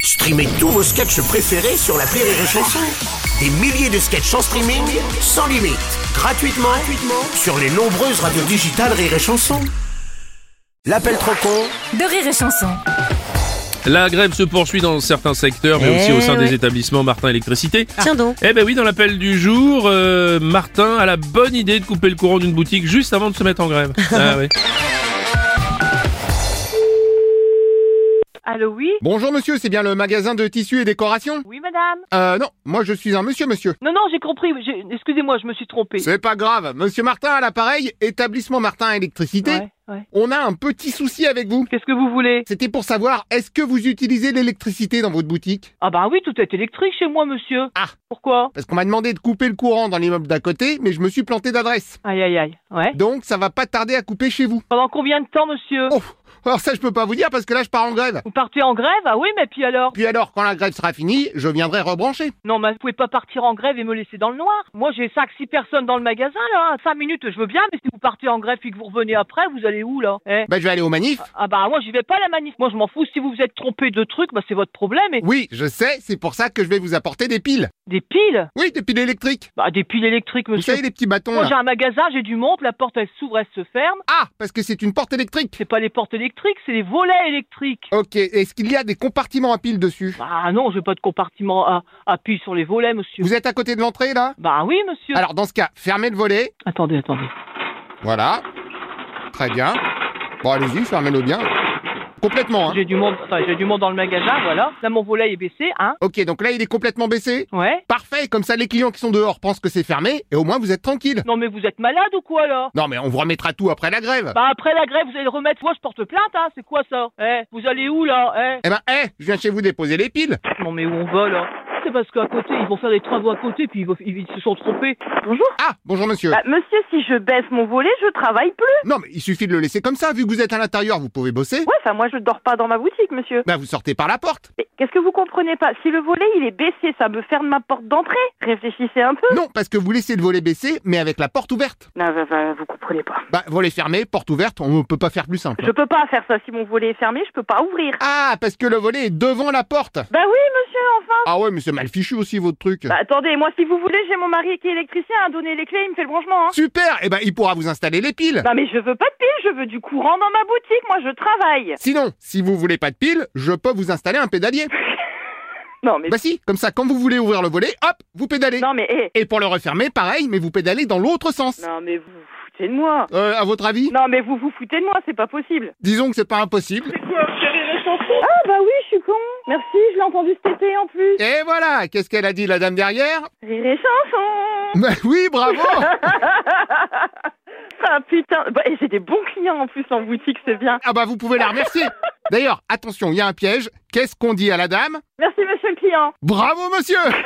Streamez tous vos sketchs préférés sur la Rire et Chanson. Des milliers de sketchs en streaming, sans limite, gratuitement, gratuitement sur les nombreuses radios digitales Rire et Chanson. L'appel trop con de rire et chanson. La grève se poursuit dans certains secteurs, mais Eh aussi au sein ouais. Ah. des établissements Martin Électricité. Tiens donc. Eh ben oui, dans l'appel du jour, euh, Martin a la bonne idée de couper le courant d'une boutique juste avant de se mettre en grève. Ah oui. Allô, oui Bonjour monsieur, c'est bien le magasin de tissus et décorations Oui, madame Euh non, moi je suis un monsieur monsieur. Non, non, j'ai compris. j'ai- Excusez-moi, je me suis trompée. C'est pas grave, monsieur Martin à l'appareil, établissement Martin électricité. Ouais, ouais. On a un petit souci avec vous. Qu'est-ce que vous voulez C'était pour savoir est-ce que vous utilisez l'électricité dans votre boutique Ah bah oui, tout est électrique chez moi, monsieur. Ah. Pourquoi Parce qu'on m'a demandé de couper le courant dans l'immeuble d'à côté, mais je me suis planté d'adresse. Aïe, aïe, aïe. Ouais. Donc ça va pas tarder à couper chez vous. Pendant combien de temps, monsieur Oh, alors ça je peux pas vous dire parce que là je pars en grève. Vous partez en grève Ah oui, mais puis alors Puis alors quand la grève sera finie, je viendrai rebrancher. Non, mais vous pouvez pas partir en grève et me laisser dans le noir. Moi, j'ai 5-6 personnes dans le magasin, là. 5 minutes, je veux bien, mais si vous partez en grève puis que vous revenez après, vous allez où, là Eh Bah je vais aller au manif. Ah bah moi, j'y vais pas à la manif. Moi, je m'en fous. Si vous vous êtes trompé de truc, bah c'est votre problème. Et... Oui, je sais, c'est pour ça que je vais vous apporter des piles. Des piles Oui, des piles électriques. Bah des piles électriques, Vous monsieur. savez les petits bâtons Moi, là. j'ai un magasin, j'ai du monde, la porte, elle s'ouvre, elle se ferme. Ah, parce que c'est une porte électrique. C'est pas les portes électriques, c'est les volets électriques. Ok, est-ce qu'il y a des compartiments à piles dessus Bah non, j'ai pas de compartiment à, à pile sur les volets, monsieur. Vous êtes à côté de l'entrée là Bah oui, monsieur. Alors dans ce cas, fermez le volet. Attendez, attendez. Voilà. Très bien. Bon, allez-y, fermez-le bien. Complètement, hein. J'ai du monde, enfin, j'ai du monde dans le magasin, voilà. Là, mon volet est baissé, hein. Ok, donc là, il est complètement baissé. Ouais. Parfait, comme ça, les clients qui sont dehors pensent que c'est fermé, et au moins, vous êtes tranquille. Non, mais vous êtes malade ou quoi, là Non, mais on vous remettra tout après la grève. Bah après la grève, vous allez le remettre. Moi, je porte plainte, hein. C'est quoi ça Eh, vous allez où, là Eh ben, eh, je viens chez vous déposer les piles. Eh. Non, mais où on va, là C'est parce qu'à côté, ils vont faire des travaux à côté, puis ils, vont- ils se sont trompés. Bonjour. Ah, bonjour monsieur. Bah, monsieur, si je baisse mon volet, je travaille plus. Non, mais il suffit de le laisser comme ça, vu que vous êtes à l'intérieur, vous pouvez bosser. Ouais, enfin, moi, je dors pas dans ma boutique, monsieur. Bah, vous sortez par la porte. Mais qu'est-ce que vous comprenez pas Si le volet, il est baissé, ça me ferme ma porte d'entrée. Réfléchissez un peu. Non, parce que vous laissez le volet baissé, mais avec la porte ouverte. Non, bah, bah, vous comprenez pas. Bah, volet fermé, porte ouverte, on ne peut pas faire plus simple. Je peux pas faire ça. Si mon volet est fermé, je peux pas ouvrir. Ah, parce que le volet est devant la porte Bah oui, monsieur, enfin. Ah ouais, mais c'est mal fichu aussi, votre truc Bah attendez, moi, si vous voulez, j'ai mon mari qui est électricien à donner les clés, il me fait le branchement, hein. Super Eh ben, il pourra vous installer les piles Non, mais je veux pas de pile, je veux du courant dans ma boutique. Moi, je travaille. Sinon, si vous voulez pas de piles, je peux vous installer un pédalier Non, mais. Bah si, comme ça, quand vous voulez ouvrir le volet, hop, vous pédalez Non, mais, eh. Et pour le refermer, pareil, mais vous pédalez dans l'autre sens Non, mais vous vous foutez de moi. Euh, à votre avis Non, mais vous vous foutez de moi, c'est pas possible. Disons que c'est pas impossible. Ah, bah oui, je suis con. Merci, je l'ai entendu cet été en plus. Et voilà Qu'est-ce qu'elle a dit, la dame derrière Rire et chanson Bah oui, bravo Ah putain bah, Et j'ai des bons clients en plus en boutique, c'est bien. Ah bah, vous pouvez la remercier D'ailleurs, attention, il y a un piège. Qu'est-ce qu'on dit à la dame Merci monsieur le client Bravo, monsieur